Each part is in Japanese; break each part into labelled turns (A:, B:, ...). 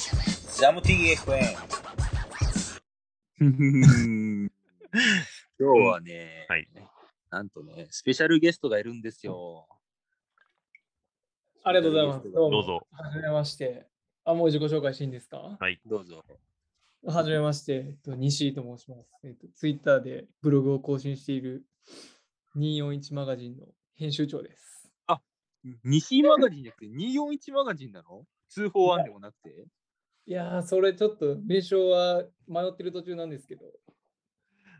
A: ZAMTFM。
B: 今日はね、
C: はい
B: なんとね、スペシャルゲストがいるんですよ。
D: ありがとうございます。どう
C: ど
D: も
C: う。ぞ。
D: はじめまして。あ、もう自己紹介していいんですか
B: どうぞ。
D: はじめまして。えっと西井と申します。えっと、ツイッターでブログを更新している241マガジンの編集長です。
B: 西マガジンじゃなくて、241マガジンなの通報案でもなくて。
D: いやー、それちょっと名称は迷ってる途中なんですけど、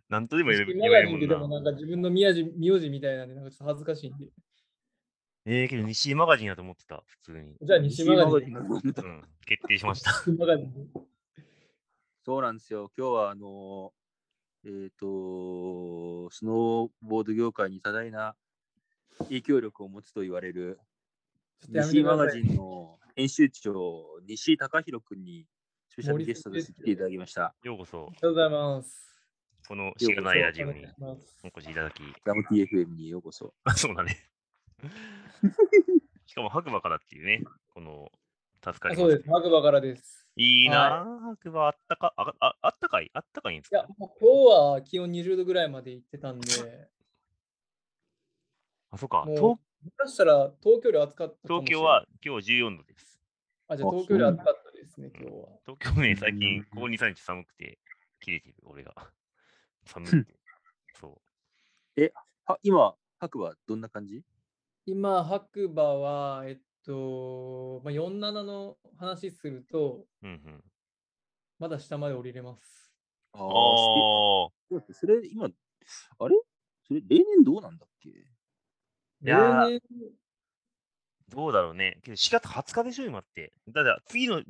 C: なんとでも言え
D: 西井
C: 言
D: マ
C: え
D: ガ
C: る
D: ジンっ
C: も
D: てでも
C: んな。
D: なんか自分の名字名字みたいなんで、なんかちょっと恥ずかしいんで。
C: えー、けど西マガジンだと思って た、普通に。
D: じゃあ西井マガジ
B: 西
D: ン。
B: 井マガジン
C: うん、決定しました。
D: 西井マガジン
B: そうなんですよ。今日は、あのー、えっ、と、スノーボード業界に多大な影響力を持つと言われる、
D: ちょっとやめ
B: 西
D: て
B: 井
D: くだ
B: マ
D: さい
B: ガジンの編集長、西井隆弘君に、スペシャルゲストとして来ていただきました。
C: ようこそ、
D: ありがとうございます。
C: この知らないラジオに
D: よろしくお願いします
C: お越しいただき、
B: ダム TFM にようこそ。
C: あそうだ ね。しかも白馬からっていうね、この、助か
D: あ
C: り
D: そ
C: ま
D: う
C: す
D: で。す。マグバからです。
C: いいなぁ、白馬あったか、あああったかいあったかいんです
D: いや
C: か、
D: もう今日は気温20度ぐらいまで行ってたんで、
C: あ、そうか。
D: もう
C: 東
D: もしかしたら東京より暑かったかも
C: 東
D: しれ
C: 京
D: ない。
C: は今日14度です。
D: あ、じゃあ東京より暑かったですね、今日は。
C: 東京ね、最
B: う
C: 近
B: ん、
C: ここ2、3日寒くて、切れてる、俺 が。寒くて。そ
B: は今、白馬どんな感じ
D: 今、白馬は、えっと、まあ、47の話すると、
C: う。うんうん。
D: まだ下まで降りれます。
B: ああ
C: ああ。
B: だってそれ今、あれそれ例年どうなんだっけ
C: いやー
D: 例年
C: どうだろうね。けど4月20日でしょ、今って。ただ、次の、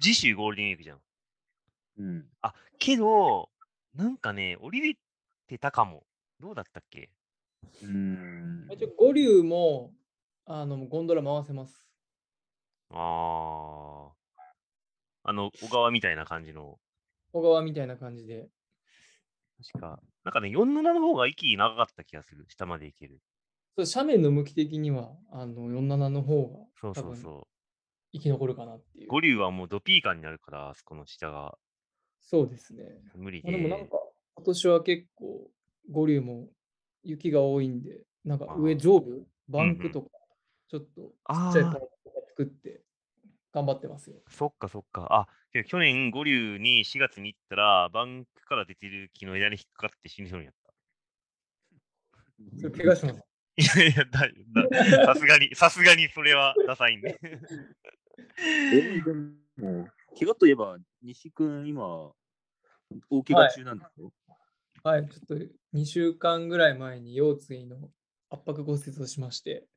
C: 次週ゴールデンウィークじゃん。
B: うん。
C: あ、けど、なんかね、降りれてたかも。どうだったっけ
B: うーん
D: 一応、五竜も、あの、ゴンドラ回せます。
C: ああ。あの、小川みたいな感じの。
D: 小川みたいな感じで。
C: 確か。なんかね、47の方が息長かった気がする。下まで行ける。
D: そう斜面の向き的には、あの、47の方
C: そ
D: が、
C: う
D: 多
C: そう
D: 分、
C: そ。
D: 生き残るかなっていうう。
C: 五竜はもうドピーカーになるから、あそこの下が
D: そうですね。
C: 無理
D: まあ
C: で。
D: でもなんか、今年は結構、五竜も雪が多いんで、なんか
C: あー
D: 上上部、バン
C: うんう
D: ク
C: ん
D: とか、ちょっとち
C: あ
D: っちゃいパイプ
C: あ
D: と、か作って、頑張ってますよ。
C: そっかそっか。あ、けど去年五竜に4月に行ったら、バンクから出てる木の枝に引っかかって死にそうになった。
D: それ怪我します。
C: いやいや、だ、だ、さすがに、さすがにそれはダサいんで。
B: えでも、怪我といえば、西君、今、大怪我中なんだよ。
D: はい、ちょっと2週間ぐらい前に腰椎の圧迫骨折をしまして、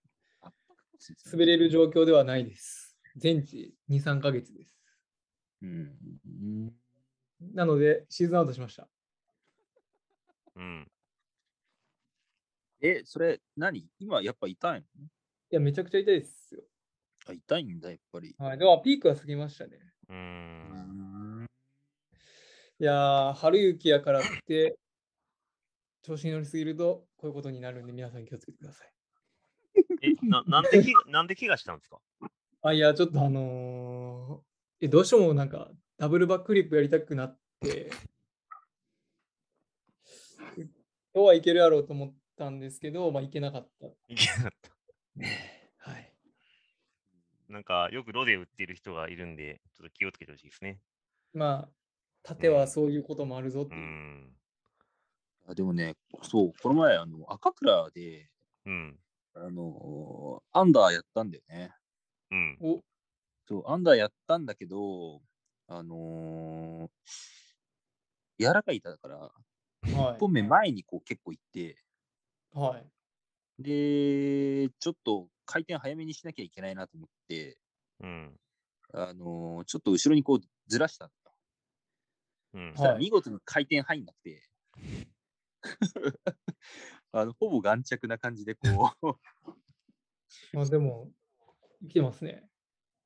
D: 滑れる状況ではないです。全治2、3ヶ月です。
B: うん。
D: なので、シーズンアウトしました。
C: うん。
B: え、それ何、今、やっぱ痛いの
D: いや、めちゃくちゃ痛いですよ。
B: あ痛いんだ、やっぱり。
D: はい、でもピークは過ぎましたね。
C: うーん。
D: いやー、春雪やからって、調子に乗りすぎると、こういうことになるんで、皆さん気をつけてください。
C: え、な、なんでけ、なんで怪我したんですか
D: あ、いや、ちょっとあのーえ、どうしてもなんか、ダブルバックフリップやりたくなって、今日はいけるやろうと思ったんですけど、まあ、いけなかった。
C: いけなかった。
D: はい。
C: なんか、よくロで売ってる人がいるんで、ちょっと気をつけてほしいですね。
D: まあ、盾はそういうこともあるぞっ
C: う
D: て
C: ー
D: いう。
C: ん。
B: あでもね、そう、この前、あの赤倉で、
C: うん。
B: あのアンダーやったんだよね。
C: うん。
D: お、
B: そう、アンダーやったんだけど、あのー柔らかい板だから、
D: は
B: 1本目前にこう結構行って、
D: い。はい。
B: で、ちょっと回転早めにしなきゃいけないなと思って、
C: うん。
B: あのーちょっと後ろにこうずらしたんだよ。
C: うん
B: そし。たら
D: はい
B: 見事に回転入んなくて、 あのほぼ眼着な感じでこう
D: まあ、でも、生きてますね。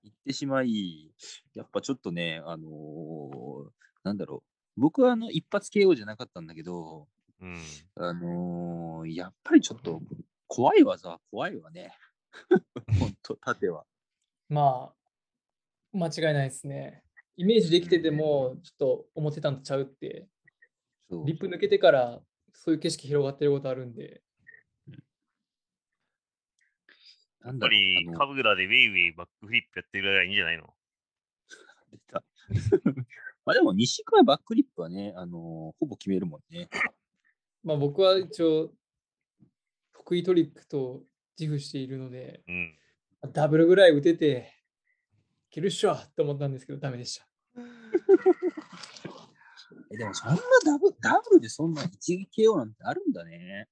B: 行ってしまい、やっぱちょっとね、あのーなんだろう、僕はあの一発 KO じゃなかったんだけど、
C: うん。
B: あのーやっぱりちょっと怖い技は怖いわね。 本当縦は。
D: まあ、間違いないですね。イメージできてても、ちょっと思ってたんとちゃうって、
B: そう
D: リップ抜けてから、そういう景色広がってることあるんで、
B: なん
C: やっぱ
B: だろう
C: り、
B: あ
C: カ
B: の
C: ブラでウェイウェイバックフリップやってるぐらいがいいんじゃないの
B: 出た まあでも、西川バックリップはね、あのほぼ決めるもんね。
D: まあ僕は一応、得意トリックと自負しているので、
C: うん。
D: ダブルぐらい打てて、いけるっしょと思ったんですけど、ダメでした。
B: えでも、そんなダブダブルでそんな一撃 KO なんてあるんだね。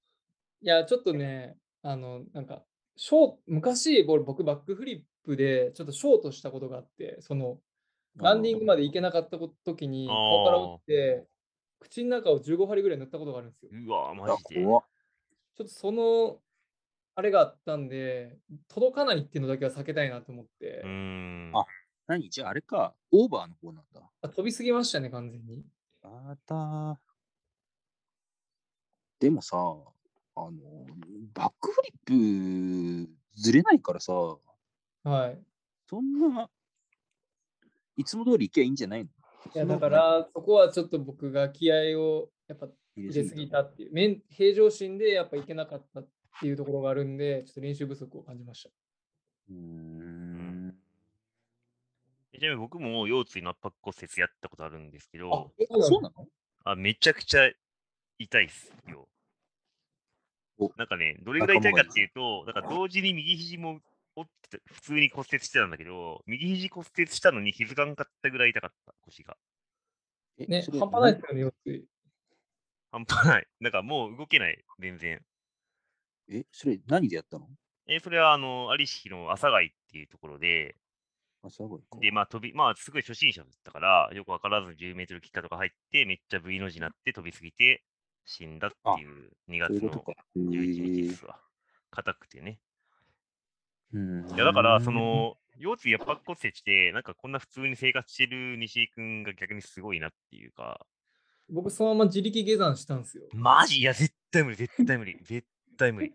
D: いや、ちょっとね、あの、なんか、ショー昔、ボール僕、バックフリップで、ちょっとショートしたことがあって、その、ランディングまで行けなかった時に、
C: あー
D: 顔から落ちて、口の中を15針ぐらい塗ったことがあるんですよ。
C: うわ、マ
B: あ
C: ジで。
B: 怖っ
D: ちょっとその、あれがあったんで、届かないっていうのだけは避けたいなと思って、
C: うーん。
B: あ何じゃああれか、オーバーの方なんだ。
D: あ飛びすぎましたね、完全に。
B: あたでもさ、あの、バックフリップずれないからさ、
D: はい。
B: そんな、いつも通り行けばいいんじゃないの
D: いや、だか、ら、そこはちょっと僕が気合を、やっぱ、
B: そんな
D: 入
B: の
D: れすぎた。っていう、面平常心でやっぱいけなかったっていうところがあるんで、ちょっと練習不足を感じました。
B: うーん。
C: ちなみに僕も腰椎の圧迫骨折やったことあるんですけ
B: あ
C: ど、、
B: えそうなの
C: あめちゃくちゃ痛いっすよ
B: お。
C: なんかね、どれぐらい痛いか
B: 仲間が
C: っていうと、なんか同時に右肘も折ってた普通に骨折してたんだけど、右肘骨折したのに気づかんかったぐらい痛かった、腰が。
B: え
D: ね
B: それ、
D: 半端ないですよね、腰椎。
C: 半端ない。 なんかもう動けない、全然。
B: え、それ何でやったの
C: えーそれは、あの、有識の朝貝っていうところで、
B: あ、すごい。
C: で、まあ、飛び、まあ、すごい初心者だったから、よくわからず10メートル切ったとか入って、めっちゃ V の字になって飛びすぎて死んだっていう2
B: そう
C: 月
B: いうこ
C: の
B: とか。
C: 11日
B: へ
C: で
B: ー
C: すわ。硬くてね。
B: うん
C: いや、だから、そ、の、腰椎やっぱ骨折して、なんかこんな普通に生活してる西井くんが逆にすごいなっていうか、
D: 僕、そのまま自力下山したんですよ。
C: マジいや、絶対無理、絶対無 理、絶対無理。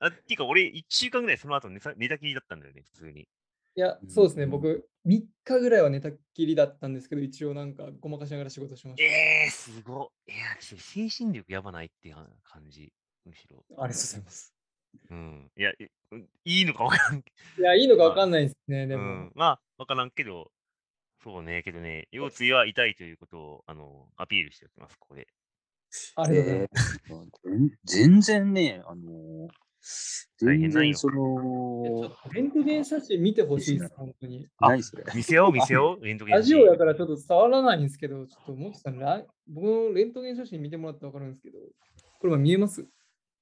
C: あっていうか、俺、1週間ぐらいその後寝た寝たきりだったんだよね、普通に。
D: いや
B: う、ん
D: そうですね、僕、3日ぐらいは寝たっきりだったんですけど、一応なんかごまかしながら仕事しまし
C: えー、すごい。いや、ちょ精神力やばないっていう感じ、むしろ。
D: た。ありがとうございます。
C: うん。いや、えうんいいのかわからんけ
D: いや、いいのかわかんないですね、で
C: ど、
D: も。
C: うん、まあ、わからんけど、そうね、けどね、腰椎は痛いということを、あの、アピールしておきます、こ こで。
D: ありがとうござい
B: え
D: ま
B: ーまあ全全然ね、あのー、
C: 大
B: 全
C: 変なんよ
B: 然そ
D: す。いやちょ
B: の
D: っ、とレントゲン写真見てほしいで
B: です
D: す、本当に。
C: あ
B: 何それ
C: 見せよう、見せよう、レントゲン
D: ラジオやから
C: 写
D: ちょっと伝わらないんですけど、ちょっともっとさん、ラ僕のレントゲン写真見てもらったらわかるんですけど、これ今見えます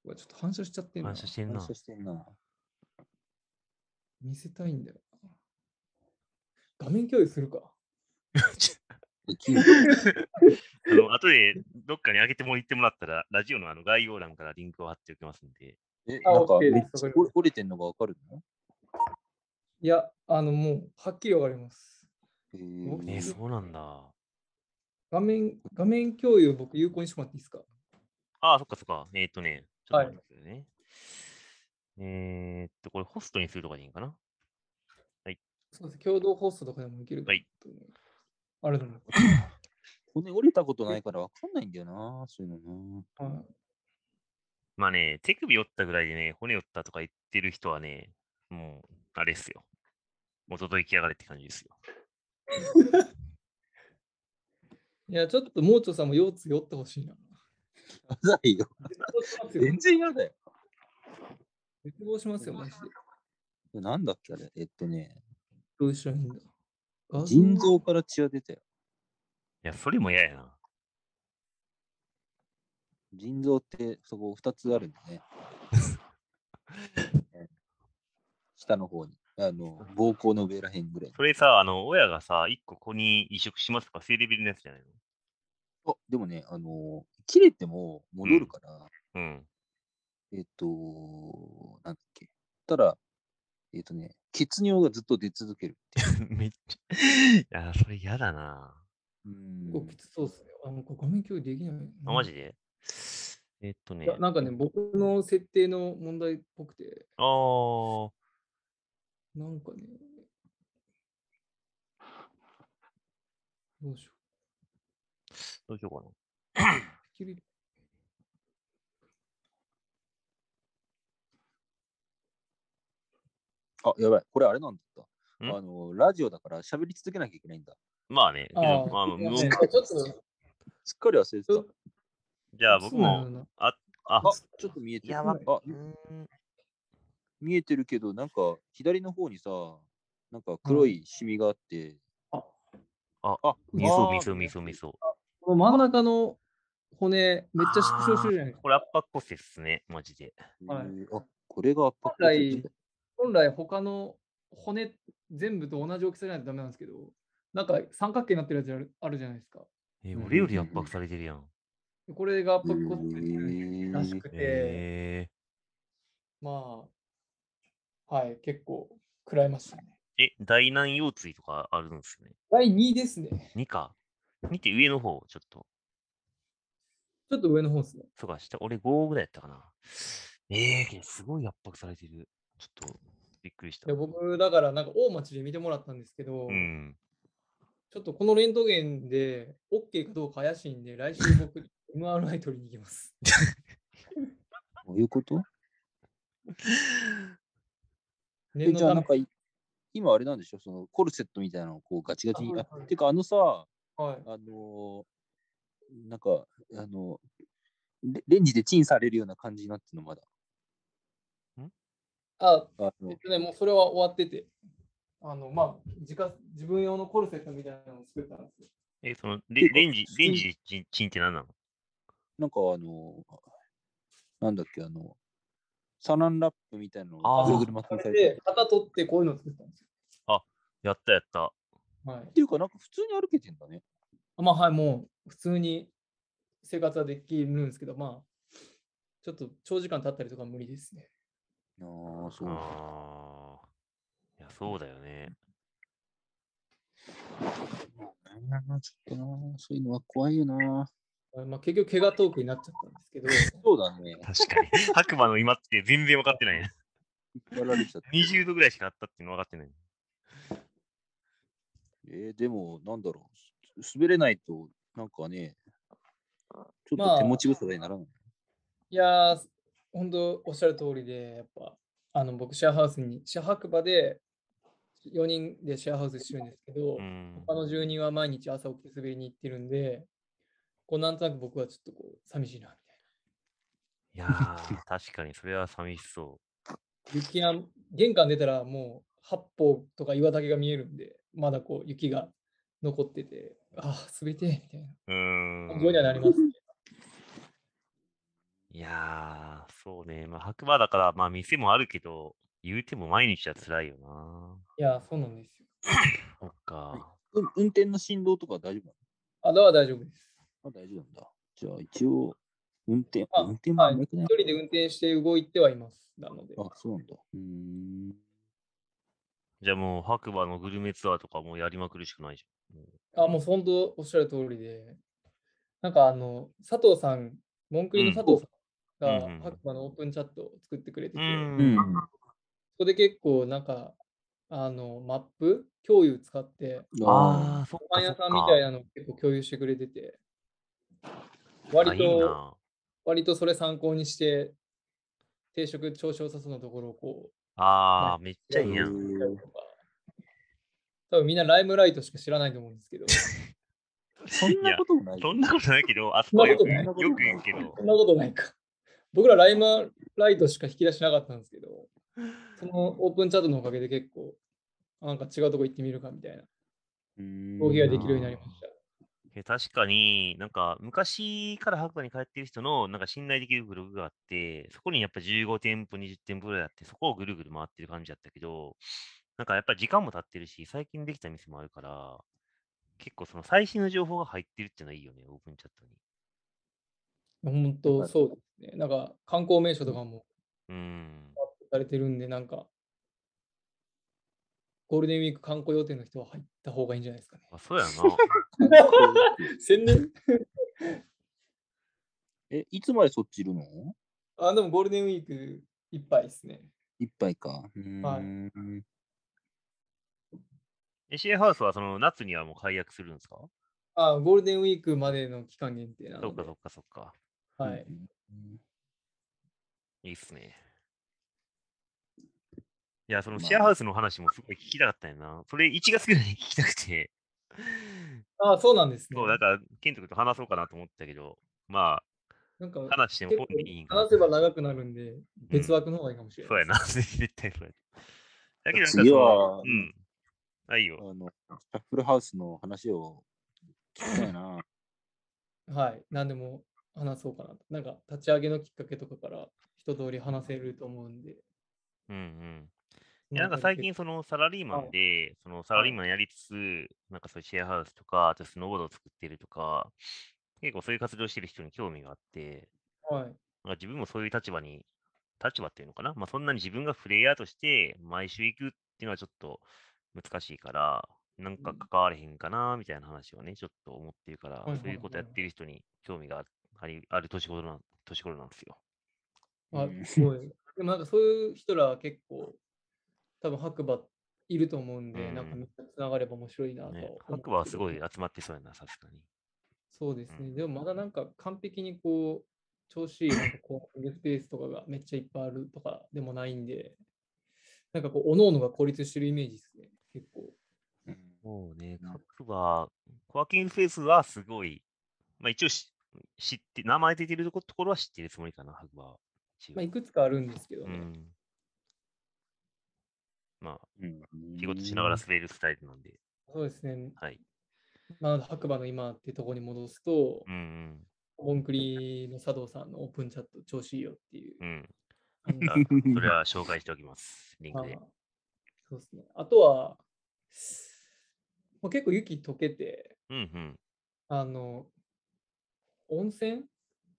D: うわちょっと反射しちゃって
C: 真
D: んな
C: 反射してんな
B: 反。射してんな。
D: 見せたいんだよな。画面共有するか。
B: できる
C: あの後でどっかに上げてもらってもらったら、ラジオのあの概要欄からリンクを貼っておきますんで。
B: え、
D: あ
B: なんか
D: OK
B: めっ
D: です
B: ちゃ
D: わかりま
B: 折
D: した
B: 折れてんのがわかるの
D: いや、あのもう、はっきりわかります。
B: え
D: 僕
C: ね
B: ー、
C: そうなんだ。
D: 画面、画面共有僕有効にしてもらっていいですか
C: ああ、そっかそっか。えーっ、とね、ちょっ
D: はい
C: と待ってくださいね。えーっと、これホストにするとかでいいんかな
D: そうです。共同ホストとかでもいける
C: はい
D: と思あれだな。
B: 骨折れたことないからわかんないんだよな、そういうのな。
D: はい
C: まあね、手首折ったぐらいでね、骨折ったとか言ってる人はね、もう、あれっすよ。元と行きやがれって感じですよ。
D: いや、ちょっと盲腸さんも腰痛酔ってほしいな。
B: やだよ。
D: 絶望し ますよ
B: 全。然やだよ。
D: 絶望しますよ、マジで。
B: なんだっけあれえっとね、
D: どうしたらいいんだ画像
B: 腎臓から血が出たよ。
C: いや、それも嫌やな。
B: 腎臓ってそこ2つあるんだ ね。下の方に。あの、膀胱の上らへんぐらいに。
C: それさ、あの、親がさ、一個子に移植しますとか、そういうレベルのやつじゃないの
B: あでもね、あのー切れても戻るから、
C: うん。
B: えっ、となんだっけ。たら、えっ、とね、血尿がずっと出続けるっていう。
C: めっちゃ、いや、それ嫌だな。
B: う
D: 結構
B: ん
D: きつそうっすね。あのこれ画面共有できないな。
C: あ、マジでえっと
D: い
C: ね。
D: やなんかね、僕の設定の問題っぽくて、
C: あー
D: なんかね、どうしよ
C: どうしようかな。
D: う。セキュリテ
B: あ、やばい。これあれなんだった。
C: ん
B: あの、ラジオだから喋り続けなきゃいけないんだ。
C: まあね、け
D: ィ
C: ど
D: あ
C: ま
D: ー
C: あ無
D: い
C: 音
D: や
C: か
D: ちょっと、
B: すっかり忘れて
D: ち
B: た
D: ょ。
C: じゃあ僕
D: そうな
C: も、
D: のな
C: あ
B: あ、、ちょっと見えてる。
C: やば
B: あ
C: い、
B: あ
C: うーん
B: 見えてるけど、なんか左の方にさ、なんか黒いシミがあって。
D: あ
C: あ
B: あ、
C: ミソ
B: あー
C: ミソミソミソ。
D: この真ん中の骨、めっちゃ縮小してるじゃないですか。
C: これ圧迫骨折っすね、マジで。
D: はい
B: えーあ、これが圧迫
D: 本来、本来他の骨全部と同じ大きさじゃないとダメなんですけど、なんか三角形になってるやつあるあるじゃないですか。
C: え、
B: うん
C: 俺より圧迫されてるやん。
D: これが圧迫骨折らし
B: 骨
D: くて、
C: え
D: まあ、はい、結構食らいましたね。
C: ー、え、大難腰椎とかあるんですね。
D: 第2位ですね。
C: 2か。2って上の方、ちょっと。
D: ちょっと上の方ですね。
C: そうか、下、俺5ぐらいやったかな。えー、けどすごい圧迫されてる。ちょっと、びっくりし
D: い
C: た。
D: や僕、だから、なんか大町で見てもらったんですけど、
C: うん。
D: ちょっとこのレントゲンで OK かどうか怪しいんで、来週僕、MRI 取りに行きます。
B: どういうことえ
D: 念の
B: じゃあ
D: た
B: な
D: め
B: んかい今あれなんでしょそのコルセットみたいなのをこうガチガチに。
D: あ
B: あ
D: はいはい
B: てかあのさ、
D: はい、
B: あのーなんか、あのレ、レンジでチンされるような感じになってるのまだ。
D: あ、
B: あ
D: えっ
B: の
D: とね、もうそれは終わってて、あの、まあ、自家自分用のコルセットみたいなのを作ったんですよ。
C: え、その
B: て
C: レ、
B: か
C: レンジ
B: 普、通
C: レ
B: に
C: ンジでチンチンって何なの
B: なんかあのなんだっけ、あの、サランラップみたいなの
C: あー
B: ぐるぐる巻き
D: そ
B: にさ
D: れ
B: れて
D: で、型取ってこういうのを作ったんです
C: やったやった。
D: よ。はい
B: っ。ていうか、なんか普通に歩けてんだね。
D: まあ、はい、もう、普通に生活はできるんですけど、まあ、ちょっと長時間経ったりとかは無理ですね。
B: ああ、そう。
C: あーいや、そうだよね。
B: あーちょっとな、そういうのは怖いよな。
D: まあ、結局、怪我トークになっちゃったんですけど、
B: そうだね。
C: 確かに。 白馬の今って全然分かってない。
B: やられちゃった。
C: 20度ぐらいしかあったっていうの分かってない。
B: えー、でも、なんだろう。す滑れないと、なんかね、ちょっ
D: ま
B: と
D: あ
B: 手持ち無沙汰にならない。
D: いやー、本当おっしゃる通りで、やっぱ、あの、僕、シェアハウスに、シェア白馬で4人でシェアハウスしてるんですけど、
C: うん。
D: 他の住人は毎日朝起きて滑りに行ってるんで、こうなんとなく僕はちょっとこう寂しいなみたい
C: いやー、確かにそれは寂しそ
D: な。雪が玄関出たらもう八方とか岩竹が見えるんで、まだこう雪が残ってて、ああ、滑りてえみたいな
C: う。うー
D: 感情にはなり
C: ん。
D: ますね。
C: いやー、そうね。まあ、白馬だから、まあ、店もあるけど、言うても毎日は辛いよな。
D: いや、そうなんですよ。
C: そっか。
B: うん運転の振動とか大丈夫な
D: あ、だは大丈夫です。
B: のあ大丈夫なんだ。じゃあ、一応、運転、
D: あ
B: 運転も
D: は
B: あ
D: い
B: んまりくない
D: 一。人で運転して動いてはいます。なので。
B: あ、そうなんだ。うーん。
C: じゃあもう、白馬のグルメツアーとかもうやりまくるしかないじ
D: あ、もう本当おっしゃる通りで、なんかあの、佐藤さん、文句りの佐藤さん
C: うんうんうん
D: が白馬のオープンチャットを作ってくれて
C: ゃ
D: て、
C: ん。う
B: うん
C: ん。。
D: そこで結構なんか、あの、マップ共有使って、
C: あ
B: あ
C: あ、そっ
D: パ
C: か
D: ン
C: そ
D: 屋
C: っ
D: さんみたい
C: か。
D: なの結構共有してくれてて、
C: あ
D: 割
C: いい
D: と、
C: な。
D: 割とそれ参考にして、定食、朝食さすのところをこ
C: ああ、めっ
D: う、
C: ちゃいいや
D: や
C: ん。
D: りたりとか多分みんなライムライトしか知らないと思うんですけど、
B: ーそんなこともない。
C: そんなことないけ ど、あそ
D: そん
C: こ
D: な
C: は
D: ことない
C: よくよく言うけど
D: そ。んなことないか。 僕らライムライトしか引き出しなかったんですけど、そのオープンチャットのおかげで結構、なんか違うとこ行ってみるかみたいな、
B: うーん
D: 動きができるようになりました。
C: え確かに、なんか昔から白馬に通ってる人のなんか信頼できるブログがあって、そこにやっぱ15店舗、20店舗ぐらいあって、そこをぐるぐる回ってる感じだったけど、なんかやっぱ時間も経ってるし、最近できた店もあるから、結構その最新の情報が入ってるってのはいいよね、オープンチャットに。
D: 本当そうですね。なんか観光名所とかも
C: うん。
D: されてるんで、なんかゴールデンウィーク観光予定の人は入った方がいいんじゃないですかね。
C: あそうや な。
D: 宣伝
B: え、いつまでそっちいるの
D: あ、でもゴールデンウィークいっぱいですね。
B: 一杯か。う
D: はい
B: ーん
C: えシェアハウスはその夏にはもう解約するんですか
D: あゴールデンウィークまでの期間限定な
C: そ
D: の
C: っか
D: で
C: そっかそっか。
D: はい。
C: いいっすね。いや、その
B: まあ
C: シェアハウスの話もすごい聞きたかったよな。それ1月ぐらいに聞きたく て。
D: あそうなんですね。
C: そう、だから、ケント君と話そうかなと思ったけど、ま
D: なん
C: あ、
D: か
C: 話しても
D: 結構
C: 本でいいんかな。
D: 話せば長くなるんで、別枠の方がいいかもしれ
C: そ
D: な
C: うや
D: いで
C: な、 絶対そうや。だけどなんかその
B: 次は
C: う、ん。あ、いいよ。
B: あの、シャッフルハウスの話を聞きたいな。
D: す。はい。何でも話そうかなと。なんか立ち上げのきっかけとかから一通り話せると思うんで。
C: うんうん。いやなんか最近そのサラリーマンで、そのサラリーマンやりつつ、なんかそういうシェアハウスとか、あとスノーボードを作ってるとか、結構そういう活動してる人に興味があって、
D: はい。
C: なんか自分もそういう立場に、立場っていうのかな、まあ、そんなに自分がプレイヤーとして毎週行くっていうのはちょっと難しいから、なんか
B: うん
C: 関われへんかなみたいな話をね、ちょっと思ってるから、
D: はいはい
C: そういうことやってる人に興味があありある年頃な年頃なんですよ。
D: あ
B: うん
D: すごい。でもなんかそういう人らは結構、多分白馬いると思うんで、
C: うん
D: なんかみんなつながれば面白いなと、
C: ね、白馬はすごい。集まってそうやな、さすがに。
D: そうです
C: う
D: ね。
C: ん
D: でもまだなんか完璧にこう、調子いいなんかこう、スペースとかがめっちゃいっぱいあるとかでもないんで、なんかこう、おののが孤立してるイメージですね。結構。
C: もうね、
B: なる
C: 各は、コワーキングスペースはすごい、まあ一応し知って、名前出てるとこところは知ってるつもりかな、白馬は。一応
D: まあ、いくつかあるんですけど
C: う
D: ね。
C: ん。まあ、
B: うん
C: 仕事しながら滑るスタイルなんで、
D: そうですね。
C: はい。
D: まあ、白馬の今ってとこに戻すと
C: う、ん
D: モンクリの佐藤さんのオープンチャット調子いいよっていう
C: うん。うん。
D: 感 じ
C: じゃあそれは紹介しておきます。リンクで
D: あ。あそうですね。あとは、もう結構雪溶けて、
C: うんうん。
D: あの、温泉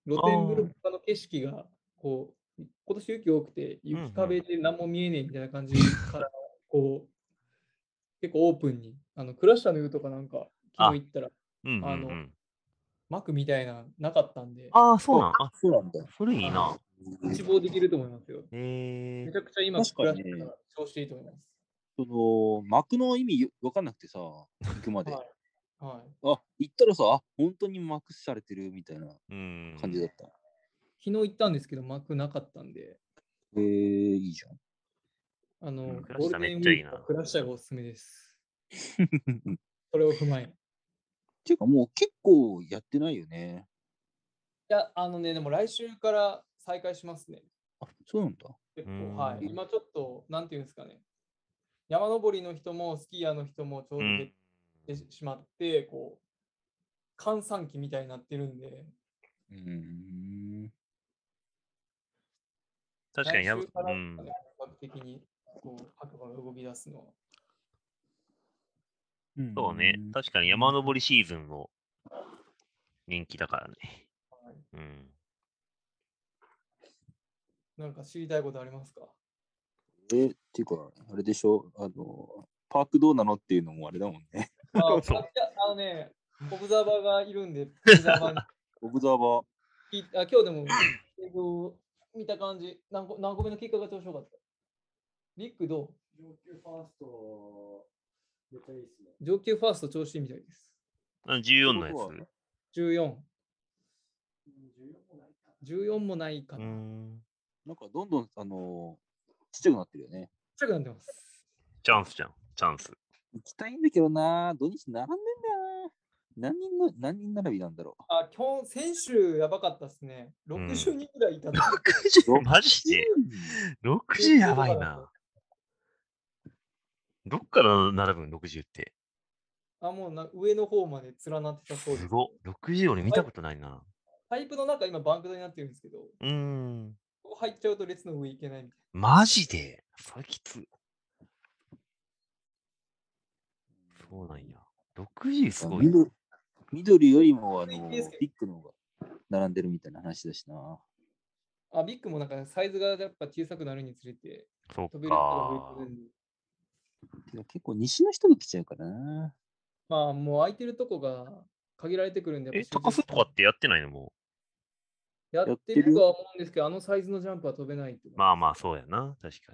D: 露天風呂とかの景色が、こう、今年雪多くて、
C: んうん
D: 雪壁で何も見えねえみたいな感じから、こう、結構オープンに、あの、クラッシャーの湯とかなんか、
C: あ
D: 昨日行ったら、
C: うんうん、
D: あ
C: う
D: の
C: ん。
D: 幕みたいなのなかったんで、
C: ああ、そうなん。あ、
B: そうなんだ。
C: それいいな。
D: 一望できると思いますよ。
C: え
D: め
C: え
D: ちゃくちゃ今、
B: 確か
D: クラッ
B: に
D: シ
B: ね
D: ャーが調子いいと思います。
B: その、幕の意味よわかんなくてさ、行くまで。
D: はいはい。
B: あ、行ったらさ、あ、本当に幕されてるみたいな
C: うん。
B: 感じだった。
D: 昨日行ったんですけど、幕なかったんで、
B: えー、いいじゃん。
D: あの、
C: うんクラッ
D: ゴー
C: シャー
D: ルデンウ
C: めっちゃい
D: ィ
C: い
D: ー
C: な
D: クはクラッシャーがおすすめ です。それを踏まえ。い
B: ていうか、もう結構やってないよね。
D: や、あのね、でも来週から再開しますね。
B: あ、そうなんだ。
D: 結
C: うーん
D: 構、はい。今ちょっと、なんていうんですかね。山登りの人もスキーヤーの人もちょう
C: う
D: ど減っ
C: ん。
D: てしまって、こう、閑散期みたいになってるんで、
B: うーん。
C: 確かにや
D: 来
C: ぶ
D: 週か、らで
C: う
D: す
C: ん
D: かね。本格的に、こう、白馬が動き出すのは。
C: そうね。確かに山登りシーズンも人気だからね。
D: はい
C: うん。
D: なんか知りたいことあり ますか
B: え、っていうか、あれでしょ、あの、パークどうなのっていうのもあれだもん ね。
D: あ
C: そう
D: あいやあの ね、オブザーバーがいるんで、オブザーバーに
B: オブザーバー。
D: 聞いあ今日でも、えっと、見た感じ何個、何個目の結果が調子よかったリックど
A: 上級ファースト、めっちゃいいですね。
D: う上級ファースト調子いいみたいです。
C: あ14のや
B: ってこ
C: つ。
D: 14。
A: うん14もないか
D: 14もないか
C: う
D: な。ちっ
C: ん。
B: なんかどんどん、あのちっちゃくなってるよね。
D: ちゃくなってます。
C: チャンスじゃん。チャンス。
B: 行きたいんだけどな、土日並んでんだよな。何人の、何人並びなんだろう。
D: あ、今日、先週やばかったですね。
C: うん
D: 60人ぐらいいたの。
C: 60? マジで ?60 やばいな。どっから並ぶん ?60 って。
D: あ、もうな上の方まで連なってたそうですす。
C: ごっ。60俺見たことないな。
D: パイプの中、今バンクドになってるんですけど、
C: うーん。
D: ここ入っちゃうと列の上行けないみたい
C: マジでそれきつ。そうなんや。60すごい。
B: 緑緑よりも、あの
D: いいですけど
B: ビッグの方が並んでるみたいな話だしな。
D: な。あ、ビッグもなんかサイズがやっぱ小さくなるにつれて、
C: そ
D: 飛
C: っ
D: べる人が増
C: か
D: えて。るんで。
B: てか結構西の人が来ちゃうからな。
D: まあ、もう空いてるとこが限られてくるんで、や
C: え
D: っ、ぱ
C: 高須とかってやってないのも
D: やってるとは思うんですけど、あのサイズのジャンプは飛べないと。
C: う。まあまあ、そうやな。確か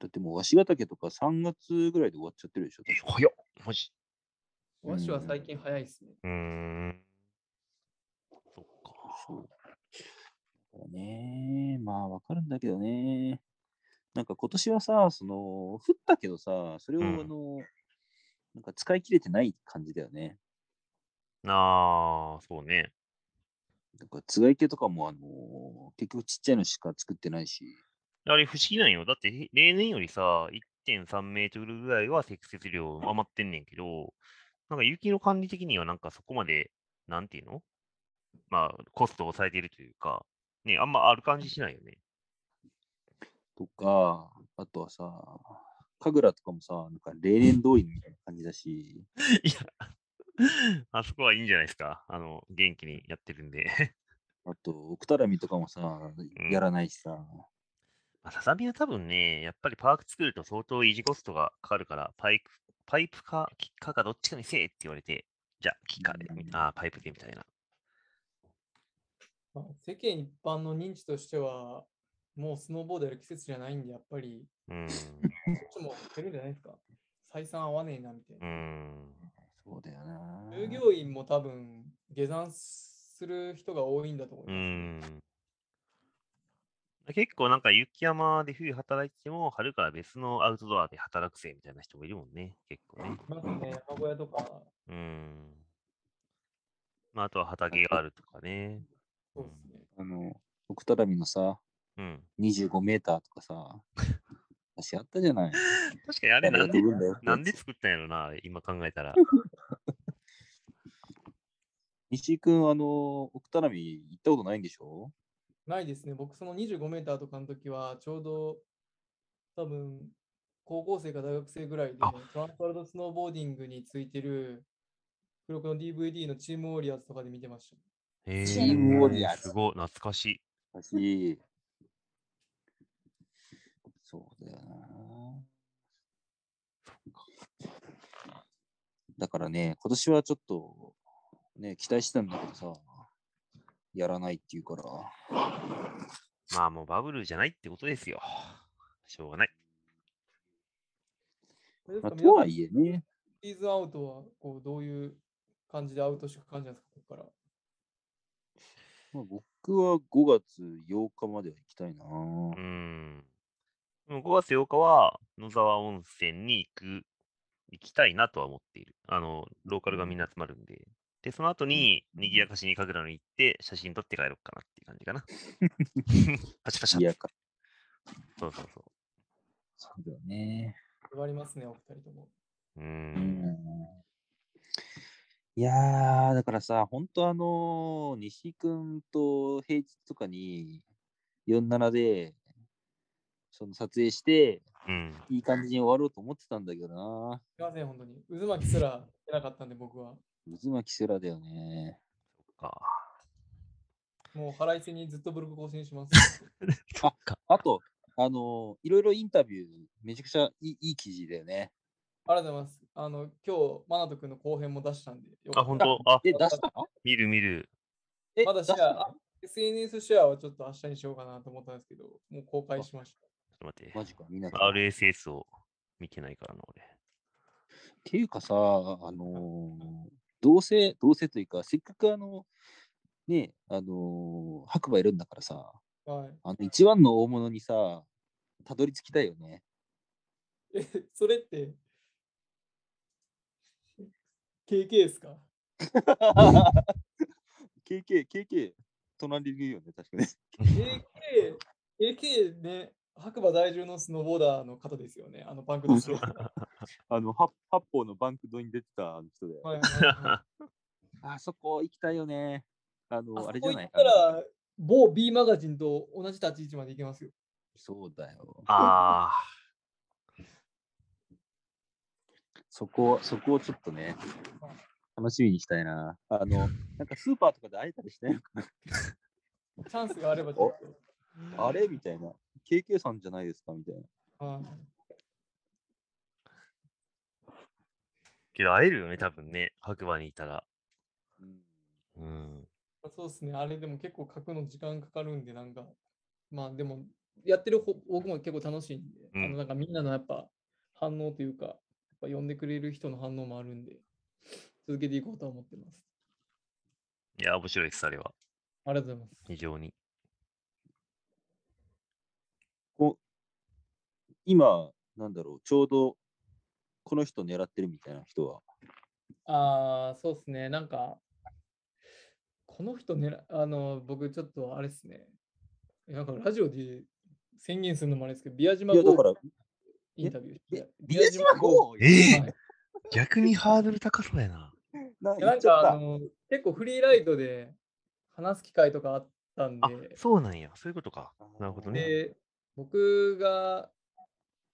B: だってもう、鷲ヶ岳とか3月ぐらいで終わっちゃってるでしょ。
C: に。え、早っ。マジ。
D: わ和紙は最近早いですね。
C: うーん。そっか。
B: そう。だからね、まあわかるんだけどね。なんか今年はさ、その、降ったけどさ、それをあ
C: うん
B: の、なんか使い切れてない感じだよね。
C: ああ、そうね。
B: なんか、つがい系とかも、あの、結局ちっちゃいのしか作ってないし。
C: あれ不思議なんよ。だってへ例年よりさ、1.3メートルぐらいは積雪量余ってんねんけど、なんか雪の管理的にはなんかそこまで、なんていうのまあ、コストを抑えているというか、ね、あんまある感じしないよね。
B: とか、あとはさ、神楽とかもさ、なんか例年通りみたいな感じだし、
C: いや、 あそこはいいんじゃないですか。あの、元気にやってるんで。
B: あと、奥多良見とかもさ、やらないしさ、
C: まあ、サザビは多分ね、やっぱりパーク作ると相当維持コストがかかるから、パイプパイプか、キッカーかどっちかにせえって言われて、じゃあ、キッカーで、みあーパイプでみたいな。
D: まあ世間一般の認知としては、もうスノーボードやる季節じゃないんで、やっぱり、
C: うん。
D: こっちも減るんじゃないですか。採算合わねえな、みたいうな。
C: ん。
B: そうだよな。
D: 従業員も多分、下山する人が多いんだと思いうます。
C: ん。結構なんか雪山で冬働いてても、春から別のアウトドアで働くせみたいな人もいるもんね、結構
D: い
C: ね。
D: ますね、山小屋とか、
C: うん。まあ、あとは畑があるとかね。
D: そうですね。
B: あの、奥多良見のさ、
C: うん。
B: 25メーターとか さ、私あったじゃない。
C: 確かにあれなんで、
B: 誰が飛ぶんだよってやつ
C: なんで作ったんやろな、今考え たら。
B: 西井君、あの、奥多良見行ったことないんでしょ
D: ないですね。僕、その25メーターとかの時は、ちょうど多分、高校生か大学生ぐらいで、
C: あ
D: トランスワールドスノーボーディングについてる、付録の DVD のチームウォリアーズとかで見てました。
C: え
B: チームウォリアーズ
C: すごい、懐かしい。
B: 私、そうだよな。だからね、今年はちょっと、ね、期待してたんだけどさ、やらないっていうから、
C: まあもうバブルじゃないってことですよ。しょうがない。
D: これです
B: まあ、
D: か
B: とは
D: 皆さん
B: いえね、
D: シーズンアウトはこうどういう感じでアウトしていく感じなんですか、ここから。
B: まあ、僕は5月8日までは行きたいな。
C: うーん。でも5月8日は野沢温泉に行く、行きたいなとは思っている。あの、ローカルがみんな集まるんで。で、その後に、にぎやかしに神楽に行って、写真撮って帰ろうかなっていう感じかな。パシャパシ
B: い
C: ャ。
B: やか、
C: そうそうそ
B: そうだよね。
D: 終わりますね、お二人とも。
C: う。うー。
B: うんんいやー、だからさ、本当あのー西井君と平日とかに47で、その撮影して、
C: うん。
B: いい感じに終わろうと思ってたんだけどな。
D: すいません、本当に。渦巻きすら出なかったんで、僕は。
B: 渦巻きすらだよね。
C: そっか。
D: もう腹いせにずっとブログ更新します。
C: そっか。
B: あと、あのーいろいろインタビュー、めちゃくちゃいいいい記事だよね。
D: ありがとうございます。あの、今日、マナト君の後編も出したんで、よか
C: あ、
D: った
C: 本
D: ら
C: 当あ、
B: え、出した
C: 見る見る。
B: え、
D: まだシ
B: 出
D: ェ
B: した
D: ア、あ SNS シェアはちょっと明日にしようかなと思ったんですけど、もう公開しまし
C: ちょっと待って。
B: マジか、みんな。っ
C: RSS を見てないからな、 俺。
B: ていうかさ、あのーどうせ、どうせというか、せっかくあの、ね、あのー白馬いるんだからさ、
D: た。はい。
B: あの一番の大物にさ、たどり着きたいよ ね。
D: え、それって、KK ですか
B: KK、KK、隣にいるよね、確かに。
D: ?KK、KK ね、白馬大中のスノーボーダーの方ですよね、あのパンクの人。
B: あの、八八方のバンクドに出てた人で。
D: はいはいはい
B: あそこ行きたいよね。あの、あ
D: あ
B: れじ
D: れじ
B: ゃな
D: ゃないいったら、某 B マガジンと同じ立ち位置までいけますよ。
B: そうだよ。
C: ああ。
B: そこ、そこをちょっとね、楽しみにしたいな。あの、なんかスーパーとかで会えたりしないのか
D: チャンスがあればちょっ
B: な。あれみたいな。KK さんじゃないですかみたいな。
D: と。はい
C: けど会えるよね、多分ね。白馬にいたら。
B: うん
C: うん。
D: そうですね、あれでも結構書くの時間かかるんで、なんか、まあでも、やってる方僕も結構楽しいんで、
C: うん
D: あのなんかみんなのやっぱ反応というか、やっぱ呼んでくれる人の反応もあるんで、続けていこうと思ってます。
C: いや、面白いです、あれは。
D: ありがとうございます。
C: 非常に。
B: こ今、なんだろう、ちょうどこの人狙ってるみたいな人は。
D: ああ、そうですね。なんか、この人ね、あの、僕ちょっとあれですね。なんかラジオで宣言するのもあれですけど、ビア島
B: いや、だ
D: 豪
B: から、
D: インタビューして。
B: ビア島豪
C: え
D: はい
C: 逆にハードル高そうやな。
B: ない
D: や
B: 言
D: な
B: っ
D: ん
B: ちゃっ
D: かあ
B: た
D: の結構フリーライトで話す機会とかあったん
C: あ、
D: で、
C: そうなんや。そういうことか。なるほどね。
D: で、僕が、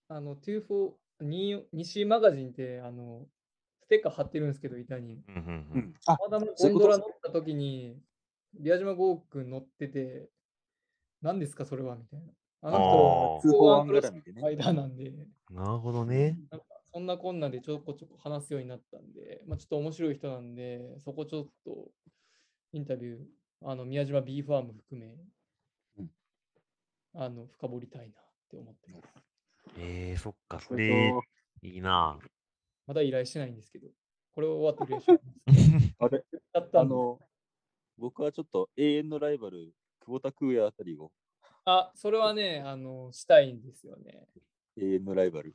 D: あの、24に西マガジンって、あの、ステッカー貼ってるんですけど、板に。
C: うんうん
B: う
C: うん。
B: ん、あ
D: たまたま
B: そう
D: ゴ
B: いう
D: ン
B: こ
D: ド
B: と
D: ラ乗った時に、宮島豪君乗ってて、何ですか、それはみたいな。あの
C: あー
D: 人
B: 通
D: は
B: 報
D: 公
B: 案
D: 安ク
B: 絡
D: ロス
B: みでね
D: の。間なんで、
C: なるほどね。
D: なんかそんなこんなでちょこちょこ話すようになったんで、まあ、ちょっと面白い人なんで、そこちょっとインタビュー、あの宮島 B ファーム含め、
B: うん
D: あの深掘りたいなって思ってます。
C: えー、そっか、
B: え
C: そ
B: っ
C: れ
B: と、
C: いいな。
D: まだ依頼してないんですけど、これ終わってるでしょ。
B: あれ、
D: だった
B: あ
D: んで
B: の、僕はちょっと永遠のライバル、久保田空也あたりを
D: あ、それはね、あの、したいんですよね。
B: 永遠のライバル。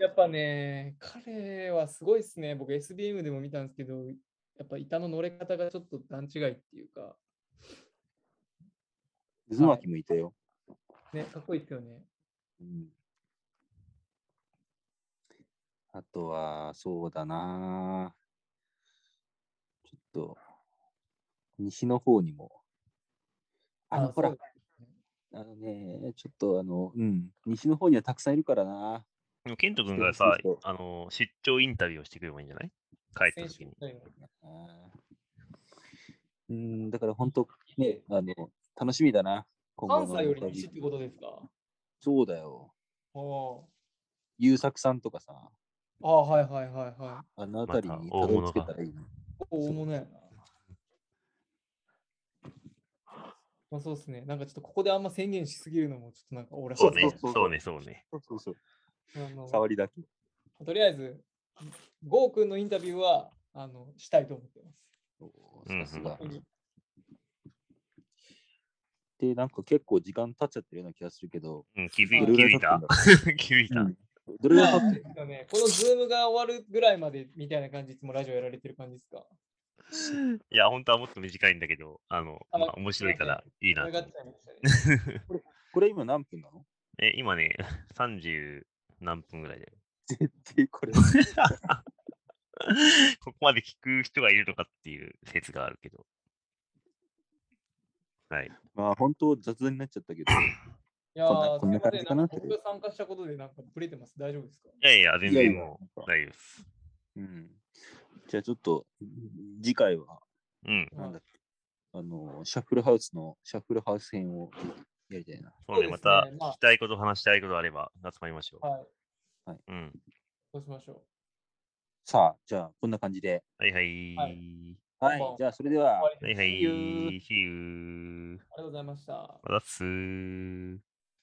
D: やっぱね、彼はすごいですね。僕 SBM でも見たんですけど、やっぱ板の乗れ方がちょっと段違いっていうか、
B: 渦巻きもいたよ。
D: ね、かっこいいですよね。
B: うんあとは、そうだなちょっと、西の方にも。あの、ほら
D: そう、
B: あのね、ちょっとあの、うん、西の方にはたくさんいるからな。
C: でも、ケント君
B: そう
C: が
B: そう
C: さ
B: そう、
C: あの、出張インタビューをしてくればいいんじゃない帰っ
D: 選
C: た時
D: 手
C: に
D: み。たいな
B: うん、だから本当、ね、あの、楽しみだな。今後
D: 関
B: の
D: 西より
B: 旅
D: 西ってことですか
B: そうだよ。
D: あー
B: 優作さんとかさ、
D: あー、はいはいはいはい。
B: あのあたりに
C: また
B: た
C: 大
B: どり
C: 物
B: 着
C: が
B: けたらいいな。
D: 大物やな。まあそうですね。なんかちょっとここであんま宣言しすぎるのもちょっとなんか俺
C: そ
B: そうう
C: ね
B: ね、
C: そうね、そうね。
B: そうそうそう。
D: あの
B: 触りだけ。
D: とりあえず、ゴー君のインタビューはあのしたいと思ってます。
B: お
C: うん
B: ー
C: うん
B: さすが
C: う。ん
B: で、なんか結構時間経っちゃってるような気がするけど、
C: うん、気づ
B: ど
C: い
B: れぐ
C: 気
B: ら
C: づ
B: い経
C: い
B: ってんだろ
C: た 気づいた
B: う。うどれぐらい経ってる
D: だね、このズームが終わるぐらいまでみたいな感じ、いつもラジオやられてる感じですか
C: いや、本当はもっと短いんだけど、あの、
D: あ
C: まあ、面白いからいいな
D: 上
C: と
D: が
C: 思
D: っ
C: って。
D: ちゃいまし たね。
B: これ今何分なの
C: え、今ね、30何分ぐらいだよ。
B: 絶対これ。
C: ここまで聞く人がいるのかっていう説があるけど。はい。
B: まあ本当雑談になっちゃったけど、
D: いやー
B: こんなこんな感じかな
D: そこでん僕が参加したことでなんかブレてます。大丈夫ですか
C: いやいや、全
B: いやいや
C: 然もう大丈夫です。
B: うん。じゃあちょっと次回は、
C: うん。
B: なんだっけ、あの、シャッフルハウスのシャッフルハウス編をやりたいな。
C: そうね、
D: そうで
C: ます
D: ね
C: た
D: まあ
C: 聞きたいこと、話したいことあれば集まりましょ
D: はい。
C: う。うん。
D: そうしましょ
B: さあ、じゃあこんな感じで。
C: はいはい。
D: は
B: はい
D: こんばんは、
B: じゃあそれで
D: う。
B: は
D: 終わ。り
C: はいは
B: See you.
C: い。See you.
D: ありがとうございました。
C: またっすー。